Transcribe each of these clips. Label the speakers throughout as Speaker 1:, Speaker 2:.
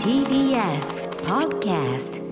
Speaker 1: TBS Podcast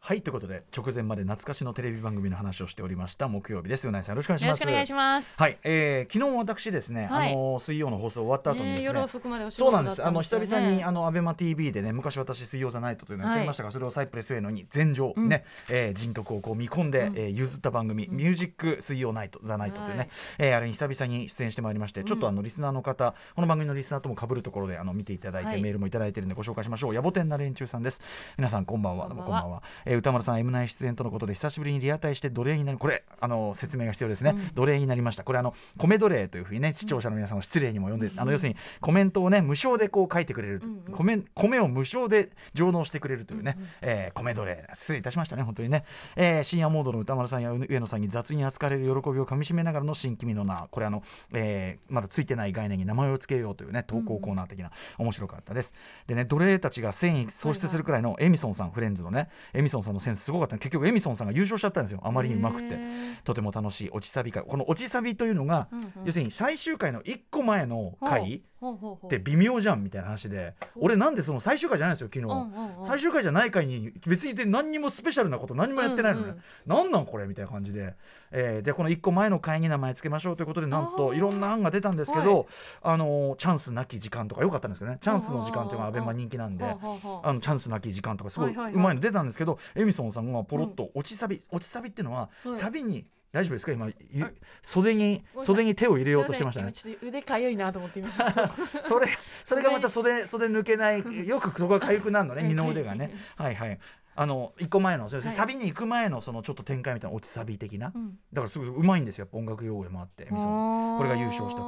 Speaker 2: はいということで直前まで懐かしのテレビ番組の話をしておりました木曜日ですうなえさんよろしくお願いし
Speaker 3: よ
Speaker 2: ま
Speaker 3: ろ
Speaker 2: す
Speaker 3: しくお願いします。
Speaker 2: はい、えー、昨日私ですね、
Speaker 3: はい
Speaker 2: あの水曜の放送終わった後
Speaker 3: え
Speaker 2: にです
Speaker 3: ー
Speaker 2: ね、
Speaker 3: 夜遅くまでお仕
Speaker 2: そう
Speaker 3: 事
Speaker 2: な
Speaker 3: だ
Speaker 2: ん
Speaker 3: ったです
Speaker 2: です。
Speaker 3: よ
Speaker 2: あの久々にあ
Speaker 3: ね。
Speaker 2: のアベマ TV でね、昔私水曜じゃないとというのをやっていましたが、それをサイプレスウェイのに全情
Speaker 3: うん
Speaker 2: ね、えー人徳をこう見込んで、えー譲った番組ミュージック水曜ナイトザナイトという
Speaker 3: は
Speaker 2: ね
Speaker 3: い、
Speaker 2: えーあれに久々に出演してまいりまして、ちょっとあのリスナーの方、この番組のリスナーとも被るところであの見ていただいて、
Speaker 3: はい
Speaker 2: メールもいただいてるんでご紹介しましょう。野暮天な連中さんです。皆さんこんばんは。
Speaker 3: こんばんは
Speaker 2: どうもこんばんは。えー歌丸さん M ナイ出演とのことで久しぶりにリアタイして奴隷になりこれあの説明が必要ですね。奴隷になりました。これあの米奴隷というふうにね視聴者の皆さんを失礼にも呼んで、あの要するにコメントをね無償でこう書いてくれる、
Speaker 3: うんうん
Speaker 2: 米米を無償で上納してくれるというね、えー米奴隷失礼いたしましたね本当にね、えー深夜モードの歌丸さんや上野さんに雑に扱われる喜びをかみしめながらの新君の名これあの、えーまだついてない概念に名前を付けようというね投稿コーナー的な、面白かったですでね奴隷たちが戦意喪失するくらいのエミソンさんフレンズのねエミソンさんのセンスすごかった結局エミソンさんが優勝しちゃったんですよあまりにうまくって
Speaker 3: へー
Speaker 2: とても楽しい落ちサビ会この落ちサビというのが、
Speaker 3: うんうん
Speaker 2: 要するに最終回の1個前の回、
Speaker 3: ほうほうほう
Speaker 2: って微妙じゃんみたいな話で俺なんでその最終回じゃないですよ昨日、
Speaker 3: うんうんうん
Speaker 2: 最終回じゃない回に別にで何にもスペシャルなこと何もやってないのね、
Speaker 3: うんうん
Speaker 2: なんなんこれみたいな感じで、えーでこの1個前の回に名前つけましょうということでなんと
Speaker 3: あー
Speaker 2: いろんな案が出たんですけど、あのーチャンスなき時間とかよかったんですけどねチャンスの時間っていうのがアベマ人気なんで。
Speaker 3: ほうほうほう
Speaker 2: あのチャンスなき時間とかすご
Speaker 3: は
Speaker 2: いう
Speaker 3: いはいはい
Speaker 2: まいの出たんですけどエミソンさんがポロッと落ちサビ落ちサビっていうのは
Speaker 3: はい
Speaker 2: サビに大丈夫ですか今い
Speaker 3: あ
Speaker 2: 袖に
Speaker 3: ごめんなさい
Speaker 2: 袖に手を入れようとしてましたね
Speaker 3: すいません今ちょっと腕かゆいなと思ってみま した。
Speaker 2: それそれがまた袖袖抜けないよくそこが痒くなるのね
Speaker 3: うん
Speaker 2: 二の腕がねはいはいあの一個前のそうですね
Speaker 3: はい
Speaker 2: サビに行く前のそのちょっと展開みたいな落ちサビ的な
Speaker 3: うん
Speaker 2: だからすごいうまいんですよやっぱ音楽用語でもあってエミソンこれが優勝したと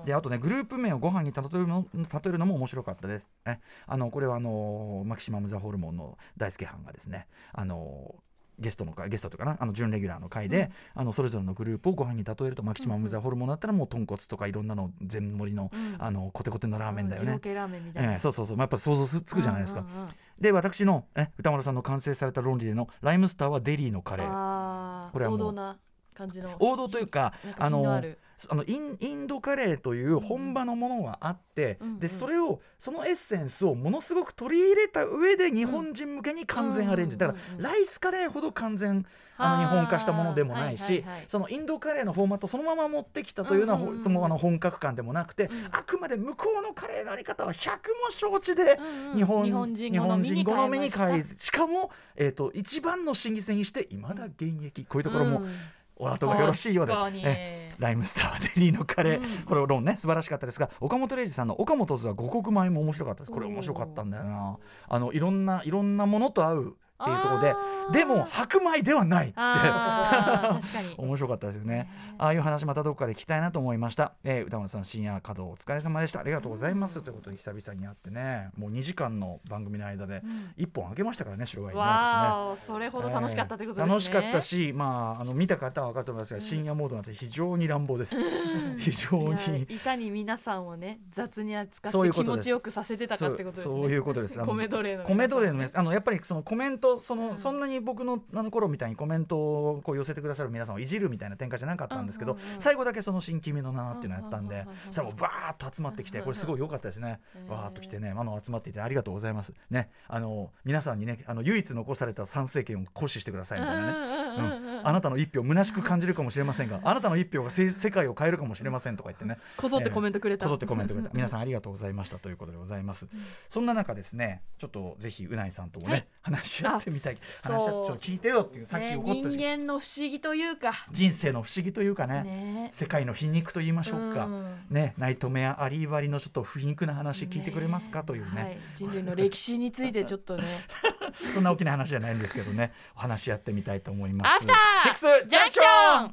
Speaker 3: と
Speaker 2: であとねグループ名をご飯に例えるの例えるのも面白かったです、ね、あのこれはあのマキシマム・ザ・ホルモンの大輔班がですねあのゲストの会ゲストというかなあの準レギュラーの会で、あのそれぞれのグループをご飯に例えるとマキシマム・ザ・ホルモンだったらもう豚骨とかいろんなの全盛りの,、
Speaker 3: うん
Speaker 2: あのコテコテのラーメンだよね。
Speaker 3: 系ラーメンみたいな。
Speaker 2: ええそうそうそう、まあ、やっぱ想像すつくじゃないですか。
Speaker 3: うんうんうん。
Speaker 2: で私のえ歌丸さんの完成された論理でのライムスターはデリーのカレー
Speaker 3: あ
Speaker 2: こ
Speaker 3: こ
Speaker 2: れ
Speaker 3: れは
Speaker 2: はもう
Speaker 3: 王道な感じの。
Speaker 2: 王道というか
Speaker 3: なんか
Speaker 2: あ
Speaker 3: 品
Speaker 2: の
Speaker 3: のある
Speaker 2: あのインインドカレーという本場のものがあって、
Speaker 3: うんうん
Speaker 2: でそれをそのエッセンスをものすごく取り入れた上で日本人向けに完全アレンジ、
Speaker 3: うん
Speaker 2: だか
Speaker 3: うんうん
Speaker 2: らライスカレーほど完全あの日本化したものでもないし、
Speaker 3: はいはいはい
Speaker 2: そのインドカレーのフォーマットそのまま持ってきたというのは、
Speaker 3: うんうんうん
Speaker 2: ともあの本格感でもなくて、
Speaker 3: ん
Speaker 2: あくまで向こうのカレーのあり方は100も承知で
Speaker 3: うんうん
Speaker 2: 日本,、
Speaker 3: 日本人
Speaker 2: 日本
Speaker 3: 好みに変えました
Speaker 2: 好みに変えしかも、えー、と一番の審議線にしていまだ現役こういうところも、
Speaker 3: うん
Speaker 2: お後がよろしいようで。
Speaker 3: 確かに
Speaker 2: えライムスターデリーのカレー、
Speaker 3: うん
Speaker 2: これ論ね素晴らしかったですが岡本零士さんの「岡本図は五穀米」も面白かったですこれ面白かったんだよなあのいろんないろんなものと合うっていうところで
Speaker 3: あー
Speaker 2: でも白米ではないっつって
Speaker 3: あー確かに
Speaker 2: 面白かったですよねああいう話またどこかで聞きたいなと思いました、えー、歌丸さん深夜稼働お疲れ様でしたありがとうございます、ということで久々に会ってねもう2時間の番組の間で1本あげましたからね白ワインね私ね
Speaker 3: わおそれほど楽しかったってことですね。
Speaker 2: 楽しかったし、まあ、あの見た方は分かると思いますが、深夜モードなんて非常に乱暴です。 非常
Speaker 3: い
Speaker 2: に
Speaker 3: やいかに皆さんをね雑に扱
Speaker 2: そう
Speaker 3: っ
Speaker 2: いう
Speaker 3: て
Speaker 2: こ
Speaker 3: 気
Speaker 2: と
Speaker 3: 持
Speaker 2: です
Speaker 3: ちよくさせてたかってことですね。
Speaker 2: そうそういうことです。あの
Speaker 3: 米奴隷の皆さん
Speaker 2: 米奴隷の皆さんあのやっぱりそのコメントその、そんなに僕のあの頃みたいにコメントをこう寄せてくださる皆さんをいじるみたいな展開じゃなかったんですけ
Speaker 3: う
Speaker 2: ど、
Speaker 3: んうんうん
Speaker 2: 最後だけその新君の名っていうのをやったんで、
Speaker 3: うんうんうんうん
Speaker 2: そしたらもうバーッと集まってきてこれすごい良かったですね。
Speaker 3: うん
Speaker 2: わーっと来てねあの集まっていてありがとうございますねあの皆さんにねあの唯一残された参政権を行使してくださいみたいなね。
Speaker 3: うんうんうんうん
Speaker 2: あなたの一票虚しく感じるかもしれませ んがあなたの一票がせ世界を変えるかもしれませんとか言ってね
Speaker 3: こぞってコメントくれた
Speaker 2: えーこぞってコメントくれた皆さんありがとうございましたということでございます、そんな中ですねちょっとぜひうないさんともね、
Speaker 3: はい
Speaker 2: 話し合ってみたい
Speaker 3: あ
Speaker 2: 話し合ってち
Speaker 3: そう
Speaker 2: ょっと聞いてよっていうさっき起
Speaker 3: ね
Speaker 2: こった
Speaker 3: 人
Speaker 2: し、
Speaker 3: 間の不思議というか。
Speaker 2: 人生の不思議というかね
Speaker 3: ね。
Speaker 2: 世界の皮肉と言いましょうか、
Speaker 3: うん
Speaker 2: ね、ナイトメアアリーバリのちょっと不皮肉な話聞いてくれますかというね
Speaker 3: はい人類の歴史についてちょっ とね。
Speaker 2: そんな大きな話じゃないんですけどねお話し合ってみたいと思いま
Speaker 3: ア
Speaker 2: す
Speaker 3: フタ
Speaker 2: シッ
Speaker 3: ー
Speaker 2: クスジャンクション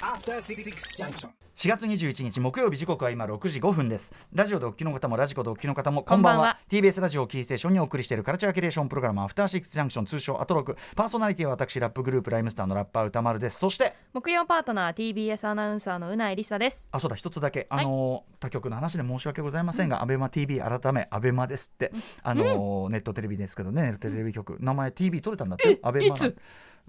Speaker 4: After Six Junction.
Speaker 2: 4月21日木曜日時刻は今6時5分ですラジオでお聞きの方もラジコでお聞きの方もこんばんは
Speaker 3: こんばんは
Speaker 2: TBS ラジオをキーステーションにお送りしているカルチャーキュレーションプログラムアフターシックスジャンクション通称アトロクパーソナリティは私ラップグループライムスターのラッパー歌丸ですそして
Speaker 5: 木曜パートナー TBS アナウンサーのうないりさです
Speaker 2: あそうだ一つだけあのー、他局の話で申し訳ございませんが、アベマ t v 改めアベマですってあのーネットテレビですけどねネットテレビ局名前 TV 取れたんだってアベマ
Speaker 3: いつ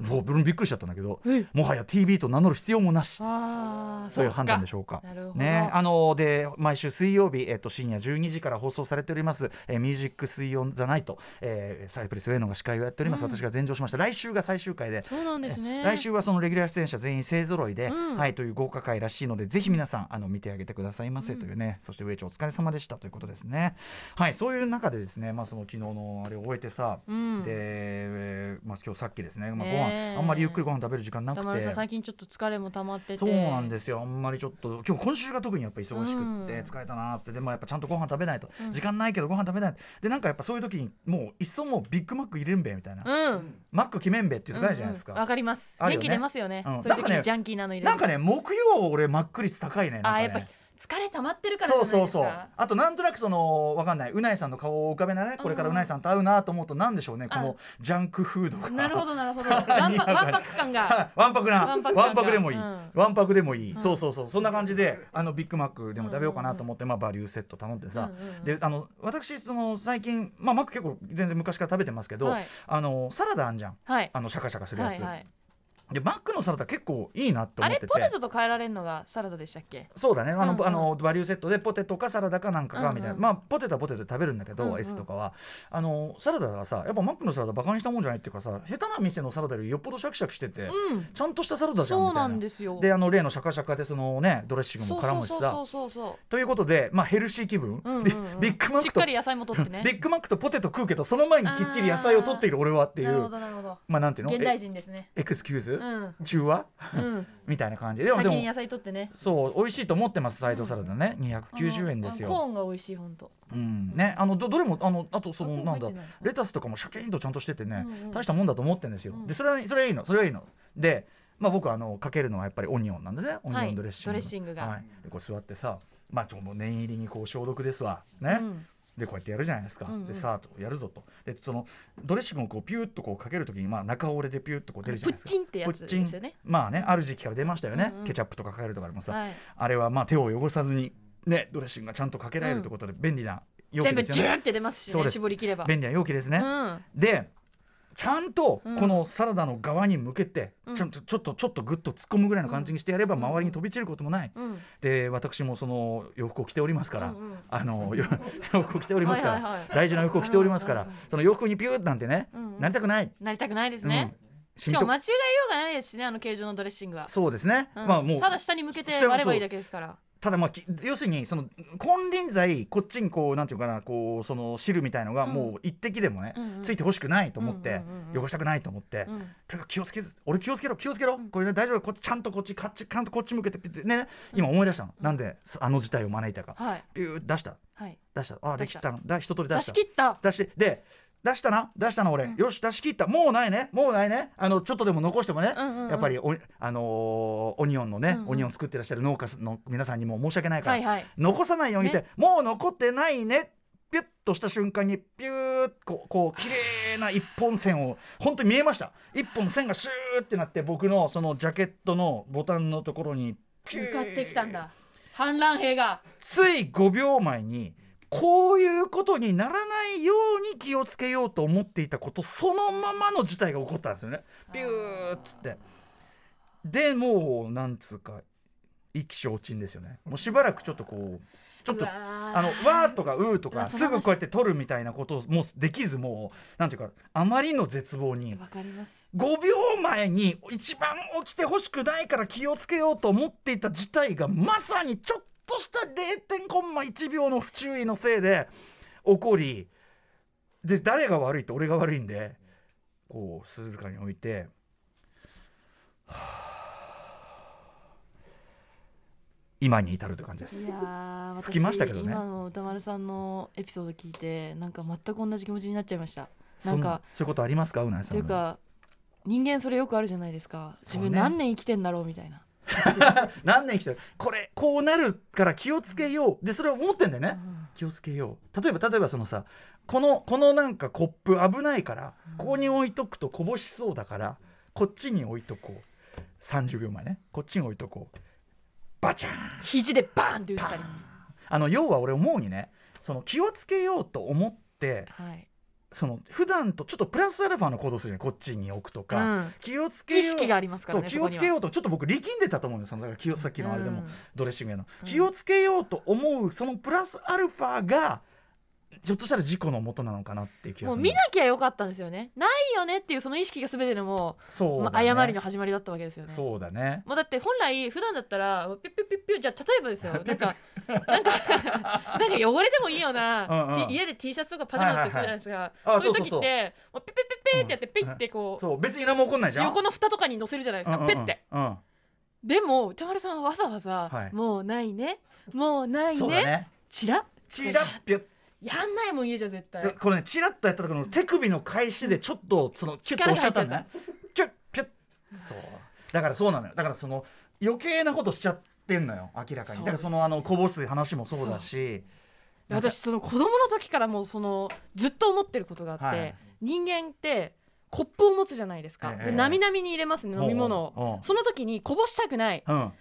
Speaker 2: そう俺もびっくりしちゃったんだけど
Speaker 3: え
Speaker 2: もはや TV と名乗る必要もなし
Speaker 3: ああ
Speaker 2: そういう判断でし
Speaker 3: ょ
Speaker 2: ょうか。
Speaker 3: なるほど
Speaker 2: ね、あので毎週水曜日、えっと、深夜12時から放送されております「えーミュージック水曜ザナイト」えーサイプレス上野が司会をやっております、私が前場しました来週が最終回で
Speaker 3: そうなんですね
Speaker 2: 来週はそのレギュラー出演者全員勢ぞろいで、
Speaker 3: うん
Speaker 2: はい、という豪華会らしいのでぜひ皆さんあの見てあげてくださいませというね、そして上長お疲れ様でしたということですね。はい、そういう中でですね、まあ、その昨日のあれを終えてさ、
Speaker 3: うん
Speaker 2: で、えーまあ、今日さっきですね、まあ、ご
Speaker 3: ねえ
Speaker 2: 飯あんまりゆっくりご飯食べる時間なく
Speaker 3: 田丸さん
Speaker 2: て。
Speaker 3: 最近ちょっと疲れも溜まってて
Speaker 2: そうなんですすよあんまりちょっと今日今週が特にやっぱ忙しくって
Speaker 3: うん
Speaker 2: 疲れたなーっつって、でもやっぱちゃんとご飯食べないと、時間ないけどご飯食べないでなんかやっぱそういう時にもういっそもうビッグマック入れんべみたいな、
Speaker 3: うん
Speaker 2: マック決めんべっていう
Speaker 3: うん
Speaker 2: とこあ
Speaker 3: う
Speaker 2: るじゃない
Speaker 3: ん
Speaker 2: ですか、
Speaker 3: わかります
Speaker 2: あるよ
Speaker 3: 元気
Speaker 2: ね
Speaker 3: 出ますよね
Speaker 2: うん
Speaker 3: そういう
Speaker 2: なん
Speaker 3: 時
Speaker 2: かね
Speaker 3: にジャンキーなの入れ
Speaker 2: なん
Speaker 3: る
Speaker 2: かね木曜俺マック率高いね
Speaker 3: あー
Speaker 2: な
Speaker 3: や
Speaker 2: ん
Speaker 3: っ
Speaker 2: か
Speaker 3: ぱ
Speaker 2: ね
Speaker 3: 疲れ溜まってるからじゃな
Speaker 2: そう
Speaker 3: いですか
Speaker 2: そうそうあとなんとなくそのわかんないうないさんの顔を浮かべながらねこれからうないさんと会うなと思うとなんでしょうねこのジャンクフードが
Speaker 3: なるほどなるほどわんぱわんぱく感が
Speaker 2: はいわんぱくな
Speaker 3: わんぱく感が
Speaker 2: わんぱくでもいい、
Speaker 3: うん
Speaker 2: わんぱくでもいい、そうそうそうそんな感じであのビッグマックでも食べようかなと思って、まあ、バリューセット頼んでさ、
Speaker 3: うんうんうん
Speaker 2: であの私その最近、まあ、マック結構全然昔から食べてますけど、
Speaker 3: はい
Speaker 2: あのサラダあんじゃん
Speaker 3: はい
Speaker 2: あのシャカシャカするや
Speaker 3: は
Speaker 2: つ、
Speaker 3: いはい
Speaker 2: でマックのサラダ結構いいなと
Speaker 3: あ
Speaker 2: 思っ
Speaker 3: れ
Speaker 2: てて
Speaker 3: ポテトと変えられるのがサラダでしたっけ
Speaker 2: そうだねあの、
Speaker 3: うんうん
Speaker 2: あのバリューセットでポテトかサラダかなんかかみたいな、
Speaker 3: うんうん
Speaker 2: まあポテトはポテトで食べるんだけど、
Speaker 3: うんうん
Speaker 2: S とかはあのサラダはさやっぱマックのサラダバカにしたもんじゃないっていうかさ下手な店のサラダよりよっぽどシャキシャキしてて、
Speaker 3: うん
Speaker 2: ちゃんとしたサラダじゃん
Speaker 3: そ
Speaker 2: みた
Speaker 3: う
Speaker 2: いな
Speaker 3: なんですよ
Speaker 2: であの例のシャカシャカでそのねドレッシングも絡むし
Speaker 3: そ
Speaker 2: さ
Speaker 3: うそうそうそうそう
Speaker 2: ということで、まあ、ヘルシー気分、
Speaker 3: うんうんうん
Speaker 2: ビビッグマ
Speaker 3: し
Speaker 2: ッ
Speaker 3: っ
Speaker 2: クと
Speaker 3: かり野菜も取ってね
Speaker 2: ビッグマックとポテト食うけどその前にきっちり野菜を取っている俺はってい
Speaker 3: なるほ
Speaker 2: う
Speaker 3: どなるほど
Speaker 2: まあなんていうの
Speaker 3: 現代人ですね
Speaker 2: えエクスキューズ、
Speaker 3: うん
Speaker 2: 中和
Speaker 3: うん
Speaker 2: みたいな感じでも
Speaker 3: 先
Speaker 2: で
Speaker 3: に
Speaker 2: も
Speaker 3: 野菜取ってね
Speaker 2: そう美味しいと思ってますサイドサラダね、290円です
Speaker 3: あのコー
Speaker 2: よ、
Speaker 3: ンが美味しい本当
Speaker 2: うんね、あのどどれもあのあとそ
Speaker 3: あ
Speaker 2: の
Speaker 3: コーン
Speaker 2: なんだ
Speaker 3: 入ってない
Speaker 2: レタスとかもシャキーンとちゃんとしててね、
Speaker 3: うんうん
Speaker 2: 大したもんだと思ってるんですよ、
Speaker 3: うん
Speaker 2: でそれはそれはいいのそれはいいのでまあ、僕はあのかけるのはやっぱりオニオンなんですねオニオンドレッシング、
Speaker 3: ドレッシングが
Speaker 2: はい、でこう座ってさまあちょうど念入りにこう消毒ですわね、
Speaker 3: うん
Speaker 2: でこうやってやるじゃないですか、
Speaker 3: うんうん
Speaker 2: でさあとやるぞとでそのドレッシングをこうピューッとこうかけるときに、まあ、中折れでピューッとこう出るじゃないです
Speaker 3: プ
Speaker 2: か
Speaker 3: ッチンってやつですよね
Speaker 2: プッチンまあねある時期から出ましたよね、
Speaker 3: うんうん
Speaker 2: ケチャップとかかけるとかでもさ、
Speaker 3: はい
Speaker 2: あれはまあ手を汚さずにねドレッシングがちゃんとかけられるということで便利な容器
Speaker 3: 全部
Speaker 2: です
Speaker 3: ジ
Speaker 2: よ
Speaker 3: ュー
Speaker 2: ね
Speaker 3: っ、て出ますし
Speaker 2: そうで
Speaker 3: ね
Speaker 2: す
Speaker 3: 絞り切れば
Speaker 2: 便利な容器ですね、
Speaker 3: うん
Speaker 2: でちゃんとこのサラダの側に向けて、
Speaker 3: うん
Speaker 2: ちょちょちょっとちょっとグッと突っ込むぐらいの感じにしてやれば
Speaker 3: うん
Speaker 2: 周りに飛び散ることもない、
Speaker 3: うん
Speaker 2: で私もその洋服を着ておりますから、
Speaker 3: うんうん
Speaker 2: あのよ洋服を着ておりますから、
Speaker 3: はいはいはい
Speaker 2: 大事な洋服を着ておりますから、
Speaker 3: うんうんうん
Speaker 2: その洋服にピューなんてね、
Speaker 3: うんうん
Speaker 2: なりたくない。
Speaker 3: なりたくないですね
Speaker 2: うん
Speaker 3: し
Speaker 2: 染み
Speaker 3: か
Speaker 2: と
Speaker 3: も間違えようがないですしねあの形状のドレッシングは
Speaker 2: そうですね、
Speaker 3: うん
Speaker 2: まあもう
Speaker 3: ただ下に向けて
Speaker 2: 下はそう
Speaker 3: 割ればいいだけですから
Speaker 2: ただまあき要するにその金輪際こっちにこうなんていうかなこうその汁みたいのが
Speaker 3: うん
Speaker 2: もう一滴でもね、
Speaker 3: うんうん
Speaker 2: ついてほしくないと思って、
Speaker 3: うんうんうんうん
Speaker 2: 汚したくないと思って、
Speaker 3: うん
Speaker 2: とにかく気をつける俺気をつけろ気をつけろ、これね大丈夫こっちちゃんとこっちかっちちゃんとこっち向けてピッてね今思い出したの、なんであの事態を招いたか、
Speaker 3: はい
Speaker 2: ピュー出した
Speaker 3: はい
Speaker 2: 出したあーで
Speaker 3: 出
Speaker 2: き
Speaker 3: した
Speaker 2: たのだ一通り出
Speaker 3: 出
Speaker 2: し
Speaker 3: し
Speaker 2: た
Speaker 3: 切った
Speaker 2: 出してで出したな出したな俺、よし出し切ったもうないねもうないねあのちょっとでも残してもね、
Speaker 3: うんうんうん
Speaker 2: やっぱりおあのーオニオンのね、
Speaker 3: うんうん
Speaker 2: オニオン作ってらっしゃる農家の皆さんにも申し訳ないから、
Speaker 3: はいはい
Speaker 2: 残さないようにって、
Speaker 3: ね
Speaker 2: もう残ってないねピュッとした瞬間にピューッこうこう綺麗な一本線を本当に見えました一本線がシューってなって僕のそのジャケットのボタンのところにピュー
Speaker 3: 向かってきたんだ反乱兵が
Speaker 2: つい5秒前にこういうことにならないように気をつけようと思っていたことそのままの事態が起こったんですよねピューっつってでもうなんつうか意気消沈ですよねもうしばらくちょっとこうちょっと
Speaker 3: うわー
Speaker 2: あの「わ」とか「う」と
Speaker 3: う
Speaker 2: か
Speaker 3: わ
Speaker 2: すぐこうやって取るみたいなことをもうできずもうなんていうかあまりの絶望に
Speaker 3: わかります
Speaker 2: 5秒前に一番起きてほしくないから気をつけようと思っていた事態がまさにちょっとした0.1コンマ1秒の不注意のせいで起こりで誰が悪いって俺が悪いんでこう静かに置いて。はぁ今に至るという感じです
Speaker 3: い。やー私
Speaker 2: 吹きましたけどね
Speaker 3: 今の歌丸さんのエピソード聞いてなんか全く同じ気持ちになっちゃいました
Speaker 2: そ
Speaker 3: なんんか
Speaker 2: そういうことありますか、うなえ
Speaker 3: と
Speaker 2: さん。
Speaker 3: いうか人間それよくあるじゃないですか自
Speaker 2: そう
Speaker 3: 分
Speaker 2: ね
Speaker 3: 何年生きてんだろうみたいな
Speaker 2: 何年生きてるこれこうなるから気をつけようでそれを思ってんだよね、気をつけよう例えば例えばそのさこのこのなんかコップ危ないからここに置いとくとこぼしそうだからこっちに置いとこう30秒前ねこっちに置いとこうバチャーン
Speaker 3: 肘でバーンって打ったり
Speaker 2: あの要は俺思うにねその気をつけようと思って
Speaker 3: はい
Speaker 2: その普段とちょっとプラスアルファの行動するじゃないこっちに置くとか、
Speaker 5: うん
Speaker 2: 気をつけよう
Speaker 3: 意識がありますからね
Speaker 2: そう気をつけ
Speaker 3: う
Speaker 2: ようとちょっと僕力んでたと思うよそのだから気をさっきのあれで
Speaker 5: う
Speaker 2: も、
Speaker 5: ん
Speaker 2: ドレッシングやの、
Speaker 5: うん
Speaker 2: 気をつけようと思うそのプラスアルファがちょっとしたら事故の元なのかなっていう気が
Speaker 3: も
Speaker 2: す
Speaker 3: う
Speaker 2: る
Speaker 3: 見なきゃよかったんですよねないよねっていうその意識が全てのもう
Speaker 2: そうだ
Speaker 3: ま
Speaker 2: ね
Speaker 3: あ誤りの始まりだったわけですよね
Speaker 2: そうだね
Speaker 3: もうだって本来普段だったらピュッピュッピュッピュッじゃあ例えば ですよなんかなんか なんか汚れてもいいような
Speaker 2: うんうん
Speaker 3: T- 家で T シャツとかパジャマだってするじゃないですか
Speaker 2: はいはいはいあ
Speaker 3: そういう時
Speaker 2: そうそうそう
Speaker 3: ってもうピュッピュッピュッピュッってやってピッてこう
Speaker 2: そう別に何も起こんないじゃん
Speaker 3: 横の蓋とかに乗せるじゃないですかペッて
Speaker 2: うんうんうん
Speaker 3: でも歌丸さんはわざわざ
Speaker 2: はい
Speaker 3: もうないねもうな
Speaker 2: うん
Speaker 3: い
Speaker 2: そうだ
Speaker 3: ね
Speaker 2: ね
Speaker 3: チラ
Speaker 2: チラッてやっ
Speaker 3: やんないもん家じゃ絶対
Speaker 2: これねチラッとやったところの手首の返しでちょっとそのキュッと押しちゃったんだねキュッピュッそうだからそうなのよだからその余計なことしちゃってんのよ明らかに
Speaker 3: そう
Speaker 2: だからそのあのこぼす話もそうだしなんか
Speaker 3: 私その子供の時からもうそのずっと思ってることがあって、
Speaker 2: はい
Speaker 3: 人間ってコップを持つじゃないですか、
Speaker 2: ええ
Speaker 3: でなみなみに入れますね飲み物を、
Speaker 2: おうおうおう
Speaker 3: その時にこぼしたくない
Speaker 2: うん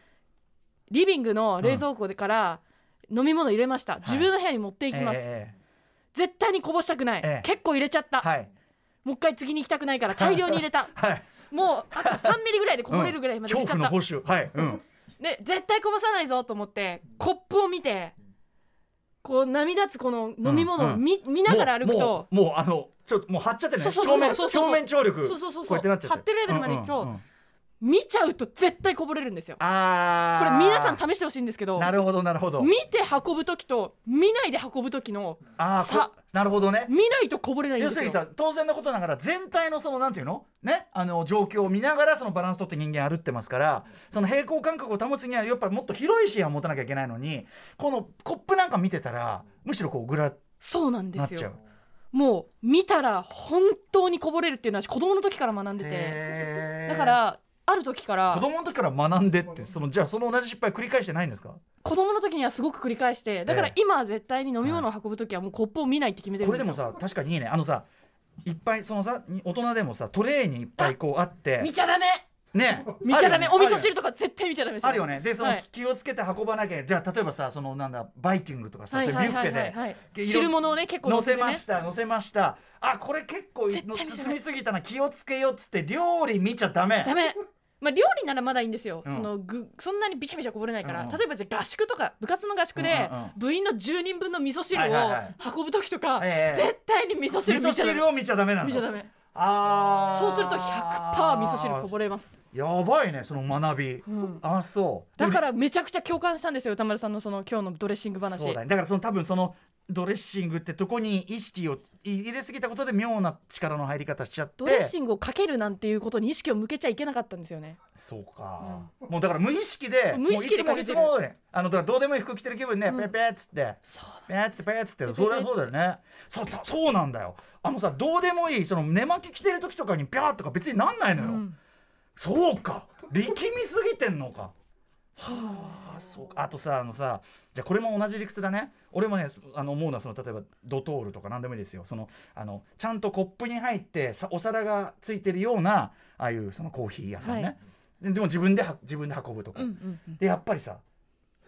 Speaker 3: リビングの冷蔵庫でから飲み物入れました、自分の部屋に持っていきます、
Speaker 2: え
Speaker 3: 絶対にこぼしたくない、
Speaker 2: ええ
Speaker 3: 結構入れちゃった、
Speaker 2: えはい
Speaker 3: もう一回次に行きたくないから大量に入れ た
Speaker 2: はい
Speaker 3: もうあと3ミリぐらいでこぼれるぐらいまで入
Speaker 2: 恐
Speaker 3: れちゃ
Speaker 2: 怖
Speaker 3: っ
Speaker 2: の
Speaker 3: た、
Speaker 2: 報酬はいうん
Speaker 3: で絶対こぼさないぞと思ってコップを見てこう波立つこの飲み物を見,、見ながら歩くと。
Speaker 2: もうもうもうあのちょっともう張っちゃってね
Speaker 3: そうそう
Speaker 2: 表
Speaker 3: そう
Speaker 2: 面
Speaker 3: そうそ
Speaker 2: 表
Speaker 3: う
Speaker 2: 面張力
Speaker 3: そうそうそうそう
Speaker 2: こうやってなっちゃって
Speaker 3: 張ってるレベルまで行くと
Speaker 2: うんうんうん
Speaker 3: 見ちゃうと絶対こぼれるんですよこ
Speaker 2: あ
Speaker 3: れ
Speaker 2: ー
Speaker 3: 皆さん試してほしいんですけど
Speaker 2: なるほどなるほど
Speaker 3: 見て運ぶ時と見ないで運ぶ時の
Speaker 2: あーこ
Speaker 3: さ
Speaker 2: なるほどね
Speaker 3: 見ないとこぼれないん
Speaker 2: 要
Speaker 3: ですす
Speaker 2: る
Speaker 3: よ
Speaker 2: にさ当然のことながら全体のそのなんていうのねあの状況を見ながらそのバランス取って人間歩ってますからその平衡感覚を保つにはやっぱりもっと広い視野を持たなきゃいけないのにこのコップなんか見てたらむしろこうぐらっ
Speaker 3: そうなんで
Speaker 2: なっ
Speaker 3: す
Speaker 2: ちゃう
Speaker 3: よ。もう見たら本当にこぼれるっていうのは子供の時から学んでて
Speaker 2: へー
Speaker 3: だからある時か
Speaker 2: 子
Speaker 3: ら
Speaker 2: 供の時から学んでってそのじゃあその同じ失敗繰り返してないんですか
Speaker 3: 子供の時にはすごく繰り返してだか
Speaker 2: え
Speaker 3: ら
Speaker 2: え
Speaker 3: 今は絶対に飲み物を運ぶ時はもうコップを見ないって決めてるん
Speaker 2: こ
Speaker 3: で
Speaker 2: れですも
Speaker 3: よ
Speaker 2: さ確かにいいねあのさいっぱいそのさに大人でもさトレーにいっぱいこうあって
Speaker 3: 見ちゃダメ
Speaker 2: ね
Speaker 3: 見ちゃダメ
Speaker 2: ある
Speaker 3: お
Speaker 2: よ
Speaker 3: 味
Speaker 2: ね
Speaker 3: 噌汁とか絶対見ちゃダメです
Speaker 2: あるよねでその
Speaker 3: はい
Speaker 2: 気をつけて運ばなきゃじゃあ例えばさそのなんだバイキングとかさ
Speaker 3: は
Speaker 2: そうい
Speaker 3: いうは
Speaker 2: ビュ
Speaker 3: い
Speaker 2: ッフ
Speaker 3: は
Speaker 2: ェ
Speaker 3: いはい
Speaker 2: で
Speaker 3: はい
Speaker 2: で
Speaker 3: 汁物をね結構
Speaker 2: 乗せ
Speaker 3: てね
Speaker 2: ました乗せましたあこれ結構
Speaker 3: 絶対見
Speaker 2: の
Speaker 3: ちゃダメ
Speaker 2: 積みすぎたな気をつけようっつって料理見ちゃダメ
Speaker 3: ダメ。まあ、料理ならまだいいんですよ、
Speaker 2: うん
Speaker 3: そのぐそんなにびちゃびちゃこぼれないから、
Speaker 2: うんうん
Speaker 3: 例えばじゃあ合宿とか部活の合宿で
Speaker 2: うんうんうん
Speaker 3: 部員の10人分の味噌汁
Speaker 2: はいはいはい
Speaker 3: を運ぶ時とか、
Speaker 2: ええ
Speaker 3: 絶対に味噌
Speaker 2: 味
Speaker 3: 汁
Speaker 2: 噌
Speaker 3: 見ちゃダメ
Speaker 2: 汁を見ちゃダメな
Speaker 3: 見ちゃダ
Speaker 2: の
Speaker 3: メ
Speaker 2: あー
Speaker 3: そうすると100%味噌汁こぼれます、
Speaker 2: やばいねその学び
Speaker 3: うん、
Speaker 2: あそう
Speaker 3: だかららめちゃくちゃ共感したんですよ歌丸さんのその今日のドレッシング話
Speaker 2: そうだ,、ね、だからその多分そのドレッシングってとこに意識を入れすぎたことで妙な力の入り方しちゃって
Speaker 3: ドレッシングをかけるなんていうことに意識を向けちゃいけなかったんですよね
Speaker 2: そうか、もうだから無意識で
Speaker 3: 無意識で
Speaker 2: も
Speaker 3: か
Speaker 2: うい
Speaker 3: け
Speaker 2: つ
Speaker 3: てる
Speaker 2: もいつもねあのだからどうでもいい服着てる気分ね、
Speaker 3: ん
Speaker 2: ペペっつって
Speaker 3: そう
Speaker 2: ペーっつってペーっつってそれはそうだよねそうたそうなんだよあのさどうでもいいその寝巻き着てる時とかにピャーとか別になんないのよ、
Speaker 3: ん
Speaker 2: そうか力みすぎてんのかはあそうかあとさあのさじゃあこれも同じ理屈だね俺もねあの思うのはその例えばドトールとか何でもいいですよそのあのちゃんとコップに入ってさお皿がついてるようなああいうそのコーヒー屋さんね、
Speaker 3: はい
Speaker 2: ででも自分では自分で運ぶとか、
Speaker 3: うんうんうん
Speaker 2: でやっぱりさ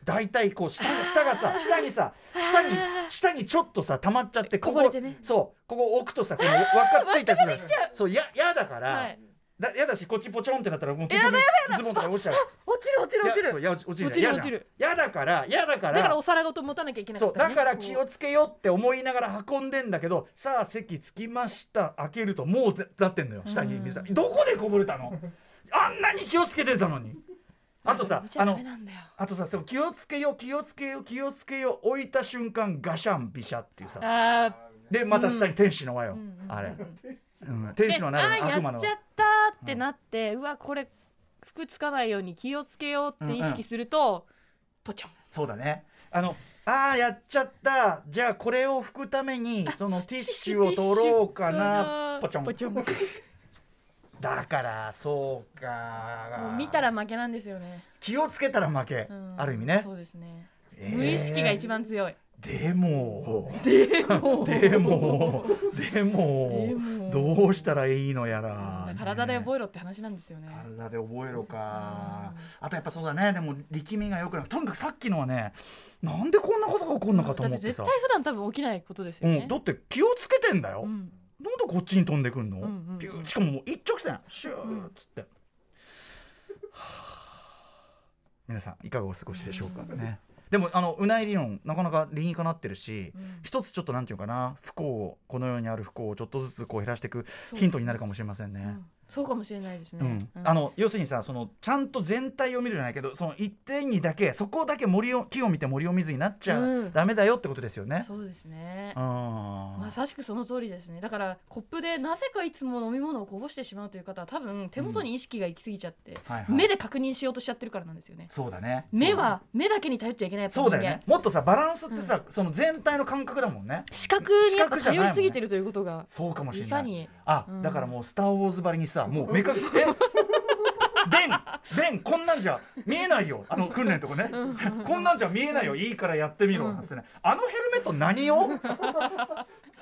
Speaker 2: 大体こう下が下がさ下にさ下に下にちょっとさ溜まっちゃってこ
Speaker 3: こ
Speaker 2: こ
Speaker 3: ぼれてね
Speaker 2: そうここ置くとさこの輪っかついたりする
Speaker 3: 輪っかできちゃう
Speaker 2: そうややだから、
Speaker 3: はい
Speaker 2: だやだしこっちポチョンってなったらもう結局ズボンとか落ちちゃう
Speaker 3: 落ちる落ちる落ち
Speaker 2: い
Speaker 3: る
Speaker 2: やそういや落ちる
Speaker 3: 落ちる
Speaker 2: やだ
Speaker 3: 落ちる
Speaker 2: やだからやだから
Speaker 3: だからお皿ごと持たなきゃいけなか
Speaker 2: そ
Speaker 3: っ
Speaker 2: う
Speaker 3: た、
Speaker 2: だ
Speaker 3: ね、
Speaker 2: から気をつけようって思いながら運んでんだけどさあ席つきました開けるともうざざってんのよ下に水がどこでこぼれ たのあんなに気をつけてたのにあとさ
Speaker 3: 見ちゃ
Speaker 2: あ
Speaker 3: ダ
Speaker 2: の
Speaker 3: メなんだよ
Speaker 2: あとさその気をつけよう気をつけよう気をつけよう置いた瞬間ガシャンビシャっていうさ
Speaker 3: あー
Speaker 2: でまた下に天使の輪よ、
Speaker 3: うん
Speaker 2: あれ
Speaker 3: うんう、ん
Speaker 2: うん、天使の輪な
Speaker 3: あ
Speaker 2: ら
Speaker 3: ー
Speaker 2: 悪魔
Speaker 3: や
Speaker 2: の
Speaker 3: っちゃ
Speaker 2: 輪
Speaker 3: ったーってなって、うわこれ服つかないように気をつけようって意識すると、ポチョン
Speaker 2: そうだねあのあーやっちゃったじゃあこれを拭くためにそのティッシュを取ろうかなポチョン
Speaker 3: ポチョンも
Speaker 2: だからそうか
Speaker 3: う見たら負けなんですよね、
Speaker 2: 気をつけたら負け、
Speaker 3: うん
Speaker 2: ある意味ね
Speaker 3: そうですね、
Speaker 2: えー
Speaker 3: 無意識が一番強い
Speaker 2: でも でもでもでも
Speaker 3: でも
Speaker 2: どうしたらいいのやら
Speaker 3: 体で
Speaker 2: え
Speaker 3: 覚えろって話なんですよね
Speaker 2: 体で覚えろか、あとやっぱそうだねでも力みがよくなくとにかくさっきのはねなんでこんなことが起こるのかと
Speaker 3: だって
Speaker 2: 思って
Speaker 3: 絶
Speaker 2: さ
Speaker 3: 対普段多分起きないことですよ
Speaker 2: う
Speaker 3: ね
Speaker 2: ん、だって気をつけてんだよ、
Speaker 3: うん
Speaker 2: こっちに飛んでくんの、
Speaker 3: んうんうん
Speaker 2: ピューしかももう一直線シューっつって、は あ皆さんいかがお過ごしでしょうかねでもあのうない理論なかなか理にかなってるし、一つちょっとなんていうかな不幸をこの世にある不幸をちょっとずつこう減らしていくヒントになるかもしれませんね。
Speaker 3: そうかもしれないです
Speaker 2: う
Speaker 3: ね
Speaker 2: ん。あの要するにさそのちゃんと全体を見るじゃないけどその一点にだけそこだけ森を木を見て森を見ずになっちゃ
Speaker 3: うん
Speaker 2: ダメだよってことですよね。
Speaker 3: そうですね。
Speaker 2: あー
Speaker 3: まさしくその通りですねだからコップでなぜかいつも飲み物をこぼしてしまうという方は多分手元に意識が行き過ぎちゃって、
Speaker 2: はいはい
Speaker 3: 目で確認しようとしちゃってるからなんですよね
Speaker 2: そうだね。
Speaker 3: 目は目だけに頼っちゃいけないやっぱ
Speaker 2: そうだよ
Speaker 3: 人間
Speaker 2: ね。もっとさバランスってさ、その全体の感覚だもんね。
Speaker 3: 視覚にやっぱ頼りすぎてるということが
Speaker 2: そうかもしれ
Speaker 3: い
Speaker 2: な
Speaker 3: か
Speaker 2: い。
Speaker 3: に
Speaker 2: あ、
Speaker 3: うん
Speaker 2: だからもうスターウォーズばりにさ、もう目隠し。えベン、ベン、こんなんじゃ見えないよ。あの訓練のとこね。こんなんじゃ見えないよ。いいからやってみろ。なんつってね。あのヘルメット 何よ？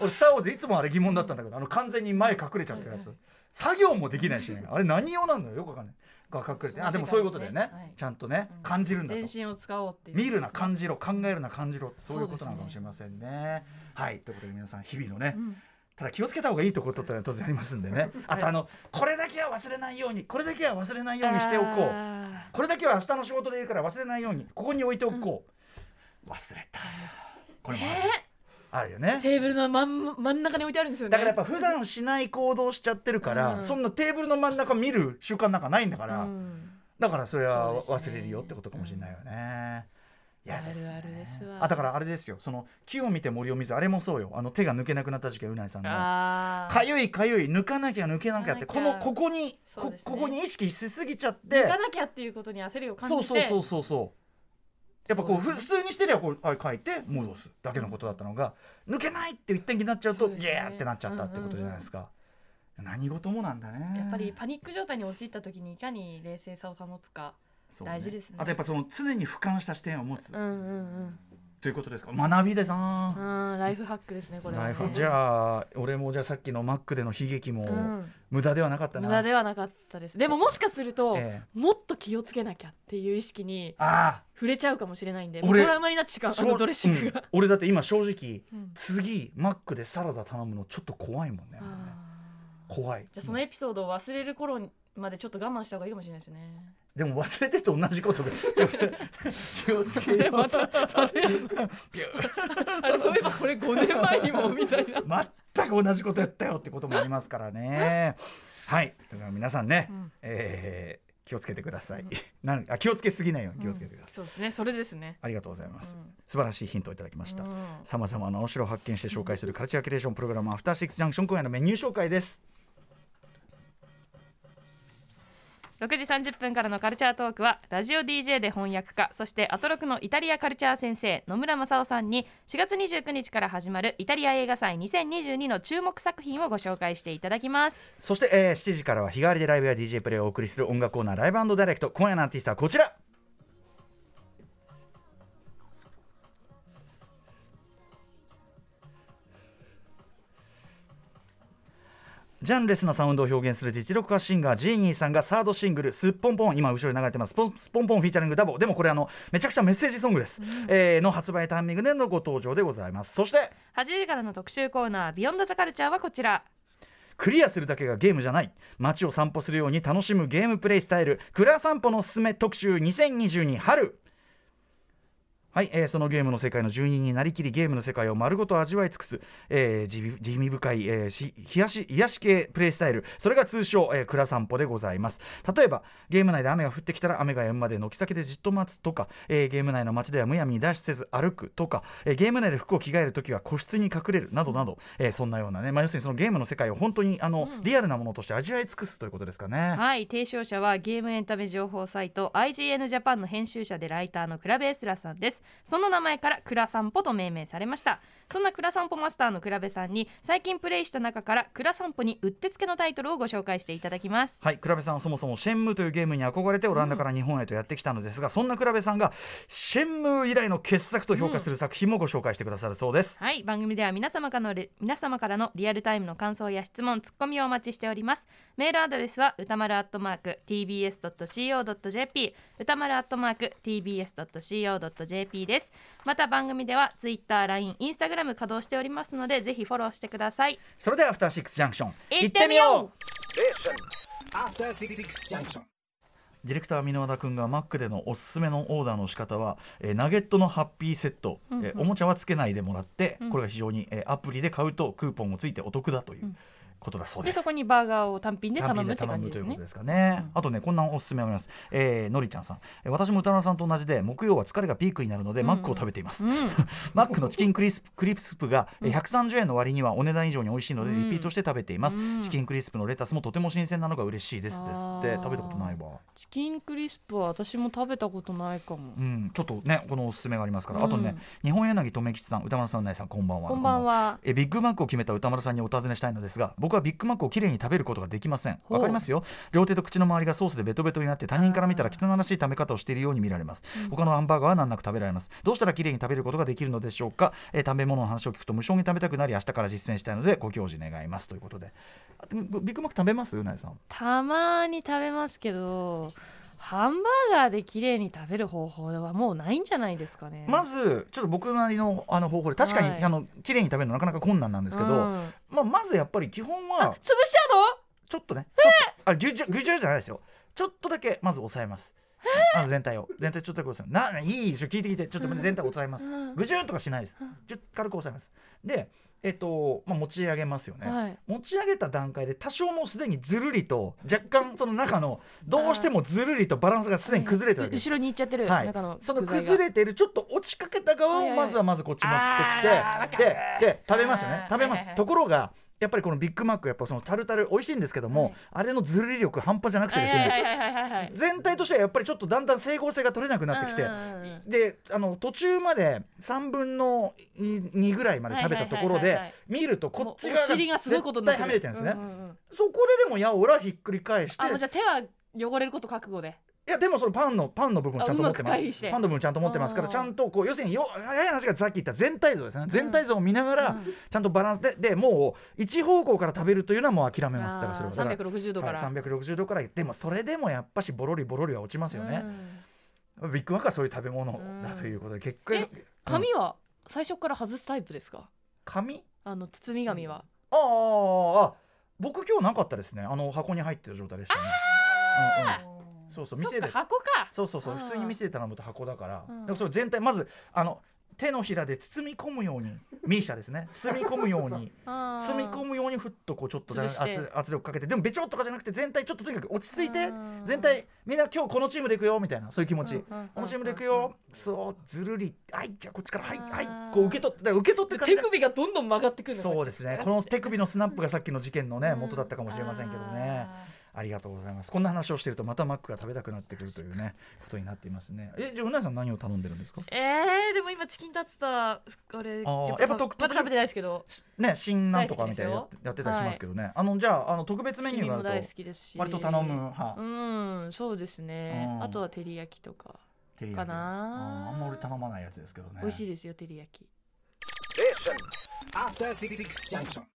Speaker 2: 俺スターウォーズいつもあれ疑問だったんだけど、あの完全に前隠れちゃってるやつ。作業もできないしね。あれ何用なんだよ。よくわかんない。が隠れて。あ、でもそういうことだよね。
Speaker 3: はい
Speaker 2: ちゃんとね
Speaker 3: うん
Speaker 2: 感じるんだと
Speaker 3: 全。身を使おうっていう
Speaker 2: 見るな感じろ考えるな感じろそういうことなのかもしれませんね。はいということで皆さん日々のね、
Speaker 3: ん
Speaker 2: ただ気をつけた方がいいとことってのは当然あります んでねあとあのこれだけは忘れないようにこれだけは忘れないようにしておこう
Speaker 3: あ
Speaker 2: これだけは明日の仕事でいるから忘れないようにここに置いておこう、忘れたこれもある,、あるよ
Speaker 3: ー
Speaker 2: ね。
Speaker 3: テーブルの真ん真ん中に置いてあるんですよね
Speaker 2: だからやっぱ普段しない行動しちゃってるから、
Speaker 3: うん
Speaker 2: そんなテーブルの真ん中見る習慣なんかないんだから、
Speaker 3: うん
Speaker 2: だからそれは
Speaker 3: そうです
Speaker 2: 忘
Speaker 3: ね
Speaker 2: れるよってことかもしれないよね。いやですね
Speaker 3: あるあるですわ
Speaker 2: あだからあれですよその木を見て森を見ずあれもそうよあの手が抜けなくなった時期はうないさんの
Speaker 3: あー
Speaker 2: かゆいかゆい抜かなきゃ抜けなきゃって
Speaker 3: 抜
Speaker 2: こ
Speaker 3: かな
Speaker 2: の
Speaker 3: きゃ
Speaker 2: ここに、
Speaker 3: そう
Speaker 2: こ
Speaker 3: ですね
Speaker 2: ここに意識しすぎちゃっ
Speaker 3: 行
Speaker 2: て
Speaker 3: かなきゃっていうことに焦りを感じ
Speaker 2: そう
Speaker 3: て
Speaker 2: そうそうそうそうやっぱこう
Speaker 3: そう
Speaker 2: ふ普通にしてりゃこうあ書いて戻すだけのことだったのが抜けないって一点になっちゃうと
Speaker 3: そうです
Speaker 2: ギ
Speaker 3: ね
Speaker 2: ャーってなっちゃったってことじゃないですか、何事もなんだね
Speaker 3: やっぱりパニック状態に陥った時にいかに冷静さを保つか
Speaker 2: そう
Speaker 3: 大事ですね
Speaker 2: あとやっぱその常に俯瞰した視点を持つ、
Speaker 3: うんうん
Speaker 2: ということですか学びでさん
Speaker 3: うんうんライフハックですねこれは
Speaker 2: ラ
Speaker 3: ね
Speaker 2: イフじゃあ俺もじゃあさっきのマックでの悲劇も
Speaker 3: うん
Speaker 2: 無駄ではなかったな、
Speaker 3: 無駄ではなかったですでももしかすると、
Speaker 2: え
Speaker 3: もっと気をつけなきゃっていう意識に
Speaker 2: あ
Speaker 3: 触れちゃうかもしれないんでもう
Speaker 2: 俺
Speaker 3: トラウマになってしまう
Speaker 2: あ
Speaker 3: あのドレッシングが、
Speaker 2: うん俺だって今正直、
Speaker 3: うん
Speaker 2: 次マックでサラダ頼むのちょっと怖いもんね
Speaker 3: あ
Speaker 2: 怖い
Speaker 3: ーじゃあそのエピソードを忘れる頃までちょっと我慢した方がいいかもしれないですね
Speaker 2: でも忘れてと同じことが気をつけよう
Speaker 3: また
Speaker 2: ピュー
Speaker 3: あれそういえばこれ5年前にもみたいな
Speaker 2: 全く同じことやったよってこともありますか らねはいだから皆さんね、
Speaker 3: うん
Speaker 2: えー気をつけてください、なんあ気をつけすぎないように気をつけてくださ
Speaker 3: そ
Speaker 2: い、
Speaker 3: うですねそれですね
Speaker 2: ありがとうございます、
Speaker 3: うん
Speaker 2: 素晴らしいヒントをいただきました
Speaker 3: うん
Speaker 2: さまざまなお城を発見して紹介するカルチャーキュレーションプログラムアフターシックスジャンクション今夜のメニュー紹介です
Speaker 5: 6時30分からのカルチャートークはラジオ DJ で翻訳家そしてアトロクのイタリアカルチャー先生野村正夫さんに4月29日から始まるイタリア映画祭2022の注目作品をご紹介していただきます
Speaker 2: そして、えー7時からは日替わりでライブや DJ プレイをお送りする音楽コーナーライブダイレクト今夜のアーティストはこちらジャンレスなサウンドを表現する実力派シンガージーニーさんがサードシングル「すっぽんぽん」今後ろに流れてます「ポンスポンポン」フィーチャリングダボでもこれあのめちゃくちゃメッセージソングです、えーの発売タイミングでのご登場でございますそして
Speaker 5: 8時からの特集コーナービヨンドザカルチャーはこちら
Speaker 2: クリアするだけがゲームじゃない街を散歩するように楽しむゲームプレイスタイル「蔵散歩のすすめ特集2022春」はい、えーそのゲームの世界の住人になりきりゲームの世界を丸ごと味わい尽くす、えー地味地味深い、えーし冷やし癒し系プレイスタイルそれが通称、えー、蔵散歩でございます例えばゲーム内で雨が降ってきたら雨が止むまで軒先でじっと待つとか、えーゲーム内の街ではむやみに脱出せず歩くとか、えーゲーム内で服を着替えるときは個室に隠れるなどなど、えーそんなようなね、まあ、要するにそのゲームの世界を本当にあの、リアルなものとして味わい尽くすということですかね。
Speaker 5: はい提唱者はゲームエンタメ情報サイト IGN ジャパンの編集者でライターのクラベエスラさんですその名前からクラさんぽと命名されましたそんなクラさんぽマスターのクラベさんに最近プレイした中からクラさんぽにうってつけのタイトルをご紹介していただきます
Speaker 2: はい、クラベさんはそもそもシェンムーというゲームに憧れてオランダから日本へとやってきたのですが、そんなクラベさんがシェンムー以来の傑作と評価する作品もご紹介してくださるそうです。
Speaker 5: はい番組では皆様からのレ皆様からのリアルタイムの感想や質問ツッコミをお待ちしておりますメールアドレスは歌丸アットマーク tbs.co.jp 歌丸アットマーク tbs.co.jp JP ですまた番組では Twitter、LINE、Instagram 稼働しておりますのでぜひフォローしてください
Speaker 2: それではアフターシックスジャンクション
Speaker 5: 行ってみよ
Speaker 2: う
Speaker 4: Station. After Six Junction.
Speaker 2: ディレクター箕輪田君がマックでのおすすめのオーダーの仕方は、えーナゲットのハッピーセット、えーおもちゃはつけないでもらって、これが非常に、えーアプリで買うとクーポンもついてお得だということだそう
Speaker 5: で
Speaker 2: です。
Speaker 5: そこにバーガーを単品で頼
Speaker 2: 単品
Speaker 5: むっ
Speaker 2: で
Speaker 5: て
Speaker 2: 頼
Speaker 5: 感
Speaker 2: む
Speaker 5: じ
Speaker 2: と
Speaker 5: です
Speaker 2: いうこと
Speaker 5: ね
Speaker 2: ですかね。あとね、こんなおすすめあります。えーのりちゃんさん、えー私も歌丸さんと同じで、木曜は疲れがピークになるので、マックを食べています。マックのチキンクリスプクリスプが、えー130円の割にはお値段以上に美味しいので、リピートして食べています。チキンクリスプのレタスもとても新鮮なのが嬉しいです。で
Speaker 3: あ
Speaker 2: すって、
Speaker 3: ー
Speaker 2: 食べたことないわ。
Speaker 3: チキンクリスプは私も食べたことないかも
Speaker 2: うん、ちょっとね、このおすすめがありますから、あと
Speaker 3: う
Speaker 2: ね
Speaker 3: ん、
Speaker 2: 日本柳留吉さん、歌丸さん、うなえさん、こんばんは。
Speaker 3: こんばんは
Speaker 2: えビッグマックを決めた歌丸さんにお尋ねしたいのですが僕はビッグマックをきれいに食べることができません
Speaker 3: ほう
Speaker 2: わかりますよ両手と口の周りがソースでベトベトになって他人から見たら汚らしい食べ方をしているように見られます、他のハンバーガーは難なく食べられますどうしたらきれいに食べることができるのでしょうか、えー食べ物の話を聞くと無償に食べたくなり明日から実践したいのでご教示願いますということであビビッグマック食べますうなえさん
Speaker 3: たまに食べますけどハンバーガーで綺麗に食べる方法はもうないんじゃないですかね
Speaker 2: ま
Speaker 3: ず
Speaker 2: ずちょっと僕なりのあの方法で確かに、
Speaker 3: はい
Speaker 2: あの綺麗に食べるのなかなか困難なんですけど、
Speaker 3: うん、
Speaker 2: まあ、まずやっぱり基本は
Speaker 3: 潰しちゃうの
Speaker 2: ちょっとね、ちょっとあぐじゅぐじゅじゃないですよ。ちょっとだけまず押さえます。まず全体を全体ちょっとだけ押さえます。ないいでしょ聞いて聞いてちょっと全体を押さえます
Speaker 3: うん。
Speaker 2: ぐじゅっとかしないです。ちょっと軽く押さえます。で、えっとまあ持ち上げますよね。
Speaker 3: はい
Speaker 2: 持ち上げた段階で多少もうすでにずるりと若干その中のどうしてもずるりとバランスがすでに崩れてるわけです
Speaker 3: 後。ろに行っちゃってる、
Speaker 2: はい
Speaker 3: 中の、
Speaker 2: その崩れてるちょっと落ちかけた側をまずはまずこっち持ってきて、でで食べますよね食べます、ところがやっぱりこのビッグマックやっぱそのタルタル美味しいんですけども、あれのずるり力半端じゃなくてですね、全体としてはやっぱりちょっとだんだん整合性が取れなくなってきて、であの途中まで3分の2ぐらいまで食べたところ
Speaker 3: はいはいはい
Speaker 2: で
Speaker 3: はいはい
Speaker 2: 見るとこっち側
Speaker 3: お尻がすごいことになって
Speaker 2: 絶対はみ出てるんですね、
Speaker 3: ううんうん
Speaker 2: そこででもやおらひっくり返して
Speaker 3: あもうじゃあ手は汚れること覚悟で
Speaker 2: いやでもそのパンのパンの部分ちゃんと持ってま
Speaker 3: あうまく回避
Speaker 2: す
Speaker 3: して
Speaker 2: パンの部分ちゃんと持ってますから
Speaker 3: あー
Speaker 2: ちゃんとこう要するによ早い話がさっき言った全体像ですね全体像を見ながら
Speaker 3: うん
Speaker 2: ちゃんとバランスででもう一方向から食べるというのはもう諦めますだからそれはだから
Speaker 3: 360度から、
Speaker 2: はい360度からでもそれでもやっぱしボロリボロリは落ちますよね、ビッグマックはそういう食べ物だということで結果、
Speaker 3: え紙は最初から外すタイプですか
Speaker 2: 紙
Speaker 3: あの包み紙は、
Speaker 2: あーあーあー僕今日なかったですねあの箱に入ってる状態でしたねうんうんそうそう
Speaker 3: そ
Speaker 2: 店
Speaker 3: っか
Speaker 2: で
Speaker 3: 箱か
Speaker 2: そうそうそう
Speaker 3: あー
Speaker 2: 普通に店で頼むと箱だから,、
Speaker 3: うん
Speaker 2: だからそれ全体まずあの手のひらで包み込むように ミーシャですね包み込むように包み込むようにふっとこうちょっとだ
Speaker 3: 潰して
Speaker 2: 圧圧力かけてでもべちょっとかじゃなくて全体ちょっととにかく落ち着いて
Speaker 3: うん
Speaker 2: 全体みんな今日このチームでいくよみたいなそういう気持ち、
Speaker 3: うんうんうん
Speaker 2: このチームでいくよそうずるりはいじゃあこっちからはい
Speaker 3: あー
Speaker 2: はいこう受け取ってだから受け取ってる感じ
Speaker 3: 手
Speaker 2: で
Speaker 3: 首がどんどん曲がってくるの
Speaker 2: そうですねこの手首のスナップがさっきの事件のね
Speaker 3: うん
Speaker 2: 元だったかもしれませんけどね
Speaker 3: あ
Speaker 2: ありがとうございますこんな話をしてるとまたマックが食べたくなってくるという ねことになっていますねえじゃあうなぎさん何を頼んでるんですか
Speaker 3: えー、でも今チキンタツタあれ
Speaker 2: ーやっぱ特
Speaker 3: まだ食べてないですけど
Speaker 2: しね新なんとかみたいなや
Speaker 3: 大好きですよ
Speaker 2: やってたりしますけどねあのじゃああの特別メニュ
Speaker 3: 月見
Speaker 2: ー
Speaker 3: も
Speaker 2: があ
Speaker 3: 大
Speaker 2: る
Speaker 3: 好
Speaker 2: と
Speaker 3: きですし
Speaker 2: 割と頼む派
Speaker 3: うんそうですね、
Speaker 2: うん
Speaker 3: あとは照り焼きとか
Speaker 2: 照り焼き
Speaker 3: かな
Speaker 2: あーあんま俺頼まないやつですけどね
Speaker 3: 美味しいですよ照り焼き
Speaker 4: Station. After Six Junction.